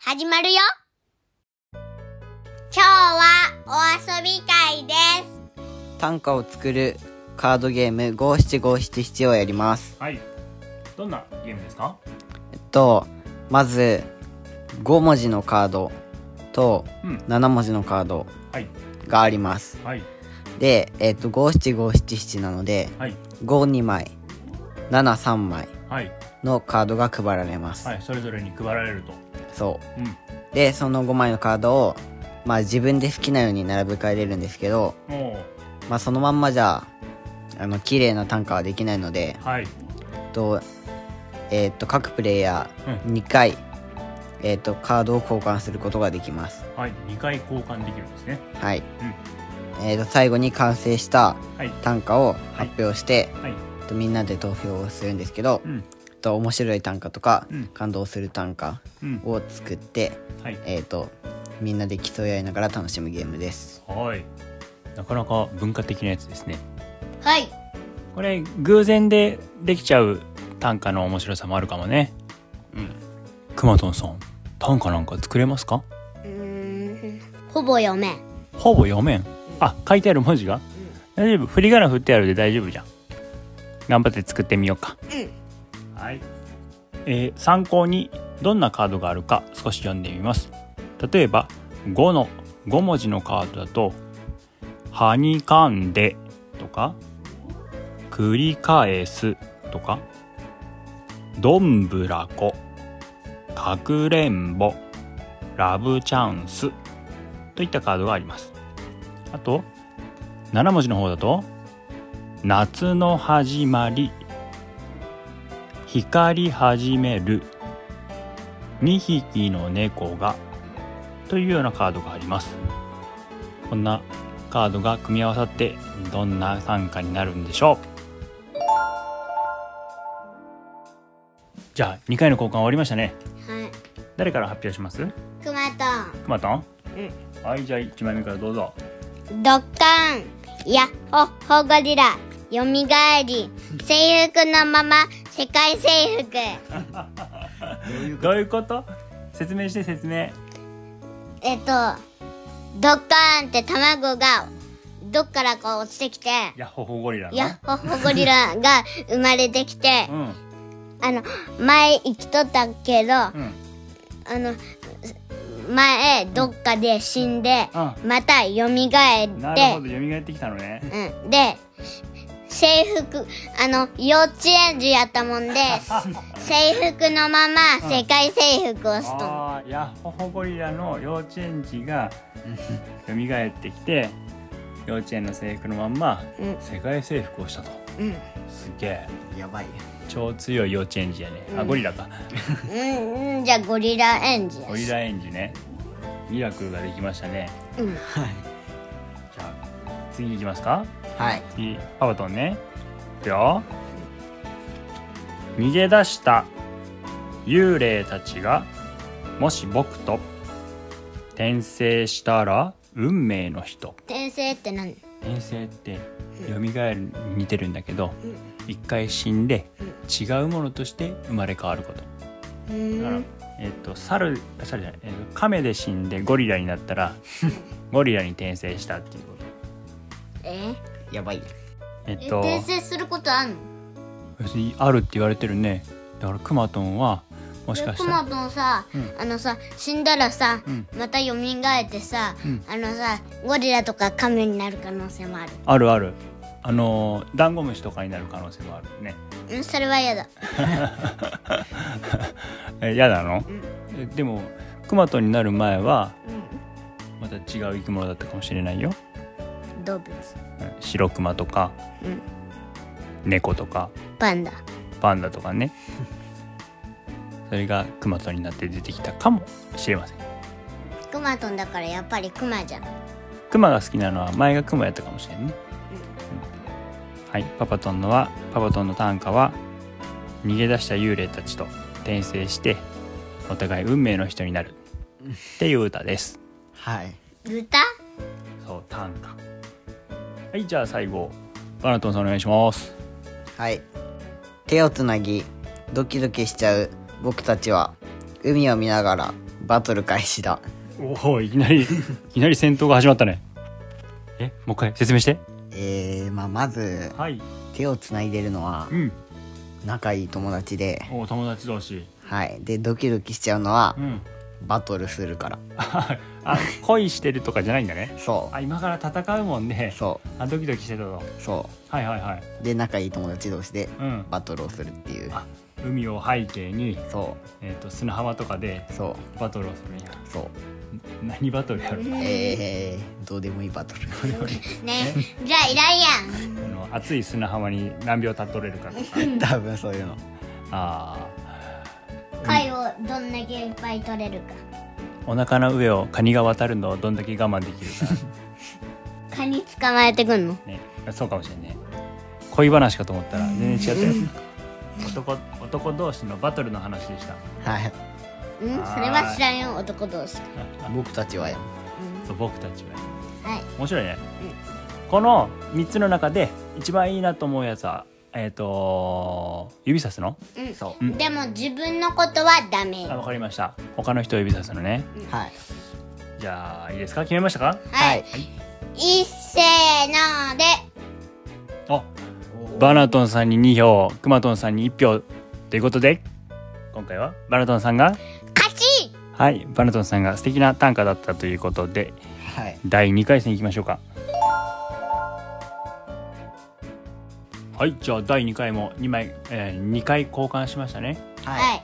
始まるよ今日はお遊び会です短歌を作るカードゲーム五七五七七をやります。はい。どんなゲームですか？えっとまず5文字のカードとうん7文字のカードはい。があります。はい。で、えっと五七五七七なのではい。 52枚73枚はい。のカードが配られます。はい。それぞれに配られると。そうん。うでその5枚のカードをまあ自分で好きなように並べ替えれるんですけど、もまあ、そのまんまじゃあの綺麗な短歌はできないのでう。はい。えっと、えっと各プレイヤーう2回、えっとカードを交換することができます。はい。二回交換できるんですね。はい。うえっと最後に完成したん。はい。短歌を発表して、はい。えっとみんなで投票をするんですけど、うん。えっと面白い短歌とか、うん感動する短歌うん。を作って、はい。えっとみんなで競い合いながら楽しむゲームです。はい。なかなか文化的なやつですね。はいこれ偶然でできちゃう短歌の面白さもあるかもね。うん。くまとんさん、短歌なんか作れますか？うーんほぼ読めんほぼ読めん。あ、書いてある文字が？大丈夫。振り仮名振ってあるで大丈夫じゃん。頑張って作ってみようか。はい。えー参考にどんなカードがあるか少し読んでみます。例えば5の5文字のカードだと「はにかんで」とか「繰り返す」とか「どんぶらこ」「かくれんぼ」「ラブチャンス」といったカードがあります。あと7文字の方だと「夏の始まり」光り始める2匹の猫がというようなカードがありますこんなカードが組み合わさってどんな短歌になるんでしょうじゃあ2回の交換終わりましたねうんはい誰から発表しますくまとくまとんはいじゃあ1枚目からどうぞんドッカンヤッホッホゴリラよみがえり制服のまま世界征服どういうこと説明して説明えっとドッカンって卵がどっからか落ちてきてヤッホホゴリラのヤッホッホゴリラが生まれてきてうんあの前生きとったけど、うんあのす前どっかで死んで、うまた蘇って、なるほど蘇ってきたのねうん、で制服あの幼稚園児やったも んで制服のまま世界征服をしとんあーヤッホホゴリラの幼稚園児が蘇ってきて幼稚園の制服のまんまうん世界征服をしたとうんすげえやばい。超強い幼稚園児やねあうんゴリラかうん、うん、じゃあゴリラ園児やしゴリラ園児ねミラクルができましたねうん じゃあ次行きますかはい。次パパトンねいくよ逃げ出した幽霊たちがもし僕と転生したら運命の人転生って何転生って蘇るに似てるんだけどうん一回死んでうん違うものとして生まれ変わることうだからん、えっと猿猿じゃない、えっと亀で死んでゴリラになった らゴリラに転生したっていうことえやばい。えっえと転生することあんの別にあるって言われてるねだからクマトンはもしかしたクマらトンさ、うんあのさ死んだらさ、うんまた蘇ってさ、うんあのさゴリラとかカメになる可能性もあるあるあるあのーダンゴムシとかになる可能性もあるねうんそれは嫌だえやだのうんえでもクマトンになる前はうまた違う生き物だったかもしれないよん動物うん白クマとかうん猫とかパンダパンダと かねそれがクマトンになって出てきたかもしれませんクマトンだからやっぱりクマじゃんクマが好きなのは前がクマやったかもしれんね、うんはいパパトンのはパパトンの短歌は逃げ出した幽霊たちと転生してお互い運命の人になるっていう歌ですはい。豚そう短歌はいじゃあ最後バナトンさんお願いしますはい。手をつなぎ、ドキドキしちゃう僕たちは、海を見ながらバトル開始だおおいきなり いきなり戦闘が始まったねえもう一回説明してえー、まあまずはい手をつないでるのはうん仲いい友達でお友達同士はいでドキドキしちゃうのはうんバトルするから あ恋してるとかじゃないんだねそあ今から戦うもんうねそあドキドキしてたぞうそはいはいはいうで仲いい友達同士でうんバトルをするっていうあ海を背景に、そえー、と砂浜とかでうそうバトルをするんやそう何バトルやるのえー、どうでもいいバ トルねじゃあいらんやんあの熱い砂浜に何秒たっとれるかとか多分そういうのあ貝をどんだけいっぱい取れるかーお腹の上をカニが渡るのをどんだけ我慢できるかカニ捕まえてくんのね、そうかもしれんね恋話かと思ったら全然違ったよ男男同士のバトルの話でしたはいうんそれは知らんよ男同士僕たちはやそう僕たちははい面白いね、この3つの中で一番いいなと思うやつはえっ、と指さすのうんそうんでも自分のことはダメあはわかりました他の人を指さすのねうはいじゃあいいですか決めましたかはいいっせーのであバナトンさんに2票クマトンさんに1票ということで今回はバナトンさんが勝ちはいバナトンさんが素敵な短歌だったということではい第2回戦いきましょうかはいじゃあ第2回も2枚、え2回交換しましたねははいい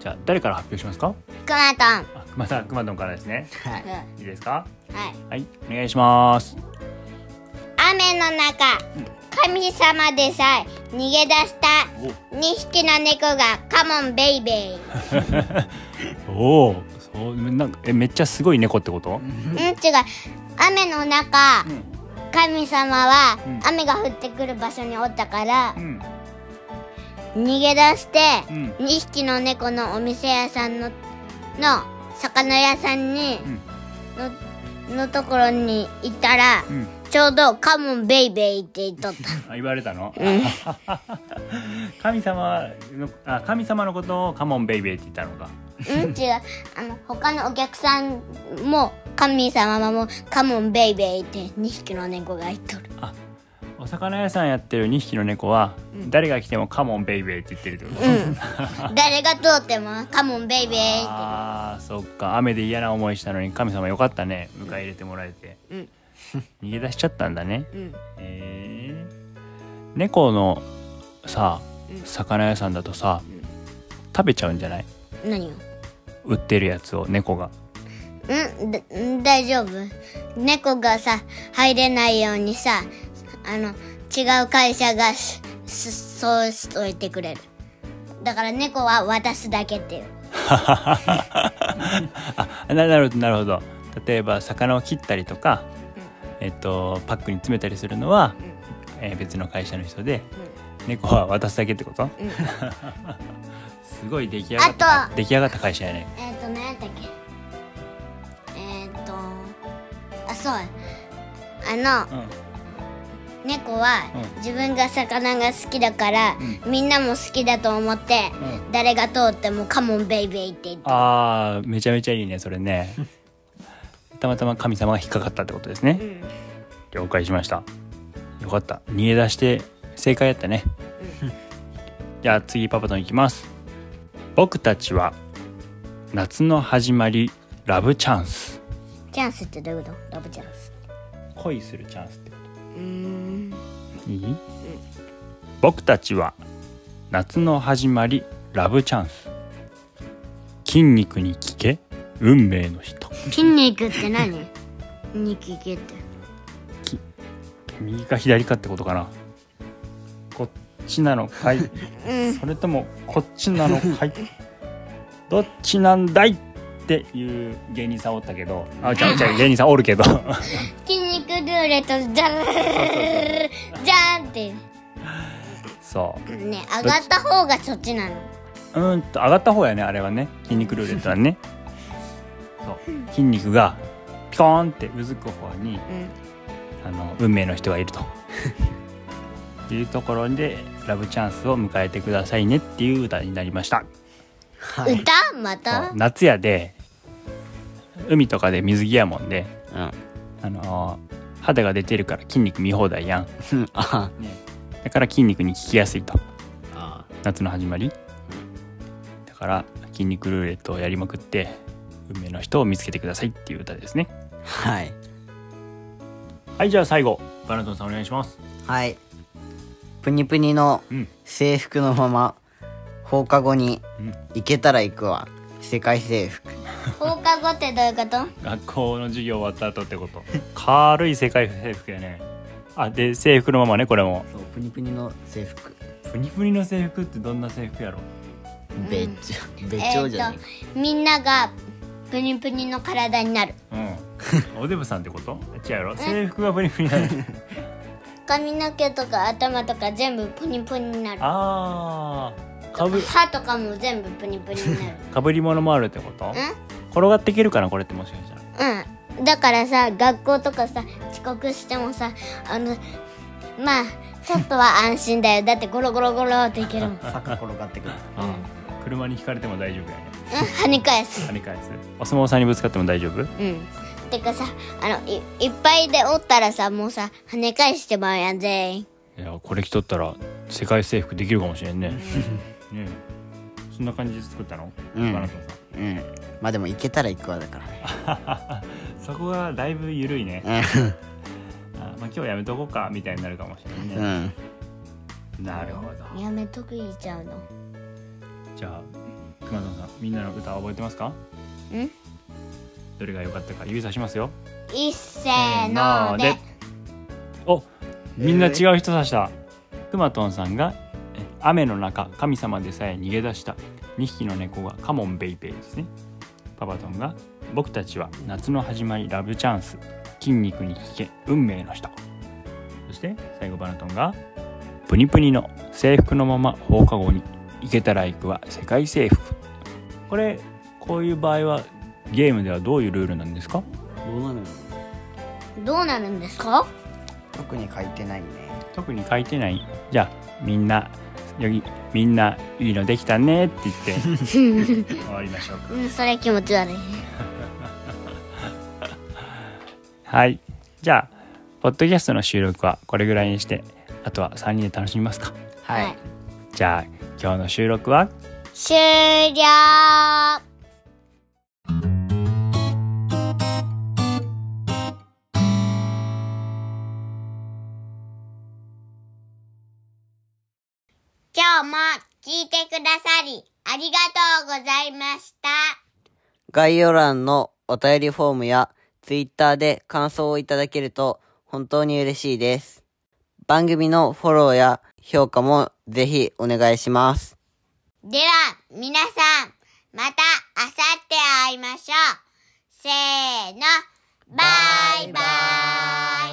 じゃあ誰から発表しますかクマトンあまたくまどんからですねはいうんいいですかはいはいお願いします雨の中神様でさえ逃げ出した2匹の猫がカモンベイベイおおそうなんかえめっちゃすごい猫ってことうん違う雨の中神様はうん雨が降ってくる場所におったからうん逃げ出してうん2匹の猫のお店屋さんのの魚屋さんにののところに行ったらうんちょうどカモンベイベイって言っとった あ言われたの 神様のあ神様のことをカモンベイベーって言ったのかうん違うあの他のお客さんも神様もカモンベイベイって2匹の猫が言っと るお魚屋さんやってる2匹の猫は、誰が来てもカモンベイベーって言ってるってこと、うん誰が通ってもカモンベイベイってああそっか雨で嫌な思いしたのに神様よかったね迎え入れてもらえて、うん逃げ出しちゃったんだねうんえー猫のさうん魚屋さんだとさ、食べちゃうんじゃない何を売ってるやつを猫がうんだうん大丈夫猫がさ入れないようにさあの違う会社がししそうしといてくれるだから猫は渡すだけっていうあななるほどなるほど例えば魚を切ったりとか、えっと、パックに詰めたりするのは、えー別の会社の人で、猫は渡 すだけってこと、すごい出来上がったあと出来上がった会社やねえっ、ー、と何やったっけえっ、ー、とあそうあのうん猫はうん自分が魚が好きだから、みんなも好きだと思って、うん誰が通ってもカモンベイベイって言ってあーめちゃめちゃいいねそ れねたまたま神様が引っかかったってことですね、了解しましたよかった逃げ出して正解やったね、じゃあ次パパと行きます僕たちは夏の始まりラブチャンスチャンスってどういうことラブチャンス恋するチャンスってこうんといい、僕たちは夏の始まりラブチャンス筋肉に聞け運命の人筋肉って何肉いけって右か左かってことかなこっちなのかいそれともこっちなのか いどっちなんだいっていう芸人さんおったけどあちゃうちゃう芸人さんおるけど そう筋肉ルーレットじゃーんじゃーんってそね上がった方がそっちなのううーんと上がった方やねあれはね筋肉ルーレットはねそう筋肉がピコーンってうずく方うにんあの運命の人がいると いうところでラブチャンスを迎えてくださいねっていう歌になりましたはい歌まそたう夏やで海とかで水着やもんで、うんあのー肌が出てるから筋肉見放題やんうん あだから筋肉に効きやすいとあ夏の始まりだから筋肉ルーレットをやりまくって運命の人を見つけてくださいっていう歌ですねはいはいじゃあ最後バナトンさんお願いしますはいプニプニのうん制服のまま放課後にうん行けたら行くわ世界征服放課後ってどういうこと学校の授業終わった後ってこと 軽い世界制服やねあで制服のままねこれもそうプニプニの制服プニプニの制服ってどんな制服やろべっちょべっちょじゃねえーっとみんながプニプニの体になるうんおデブさんってこと違うやろ制服がプニプニなの髪の毛とか頭とか全部プニプニになるあーかぶ歯とかも全部プニプニにな るかぶり物もあるってこと転がっていけるかなこれってもしかしたらうんうんだからさ学校とかさ遅刻してもさあのまあちょっとは安心だよだってゴロゴロゴロっていけるもん、うん、坂転がってくる車にひかれても大丈夫やね跳ね返す跳ね返すお相撲さんにぶつかっても大丈夫うんてかさあのいいっぱいでおったらさもうさ跳ね返してまうやん全員いやこれ着とったら世界征服できるかもしれんね ねえそんな感じで作ったの、うんバナトンさんうんまあでも行けたら行くわだからねそこがだいぶ緩いね、あまあ、今日やめとこうかみたいになるかもしれうないね、んなるほどやめとくいちゃうのじゃあ熊野さんみんなの歌覚えてますかうんどれが良かったか指さしますよいっせーのでおみんな違う人指したくまとんさんがえ雨の中神様でさえ逃げ出した2匹の猫がカモンベイベイですねパパトンが僕たちは夏の始まりラブチャンス筋肉に聞け運命の人そして最後バナトンがプニプニの制服のまま放課後に行けたら行くは世界征服これこういう場合はゲームではどういうルールなんですかどうなるのどうなるんですか特に書いてないね特に書いてないじゃあみんなよぎみんないいのできたねって言って終わりましょうかうんそれ気持ち悪いはいじゃあポッドキャストの収録はこれぐらいにしてあとは3人で楽しみますかはい、はいじゃあ今日の収録は終了今日も聞いてくださりありがとうございました。概要欄のお便りフォームや Twitter で感想をいただけると本当に嬉しいです番組のフォローや評価もぜひお願いしますでは、皆さん、また明後日会いましょう。せーの、バイバイ。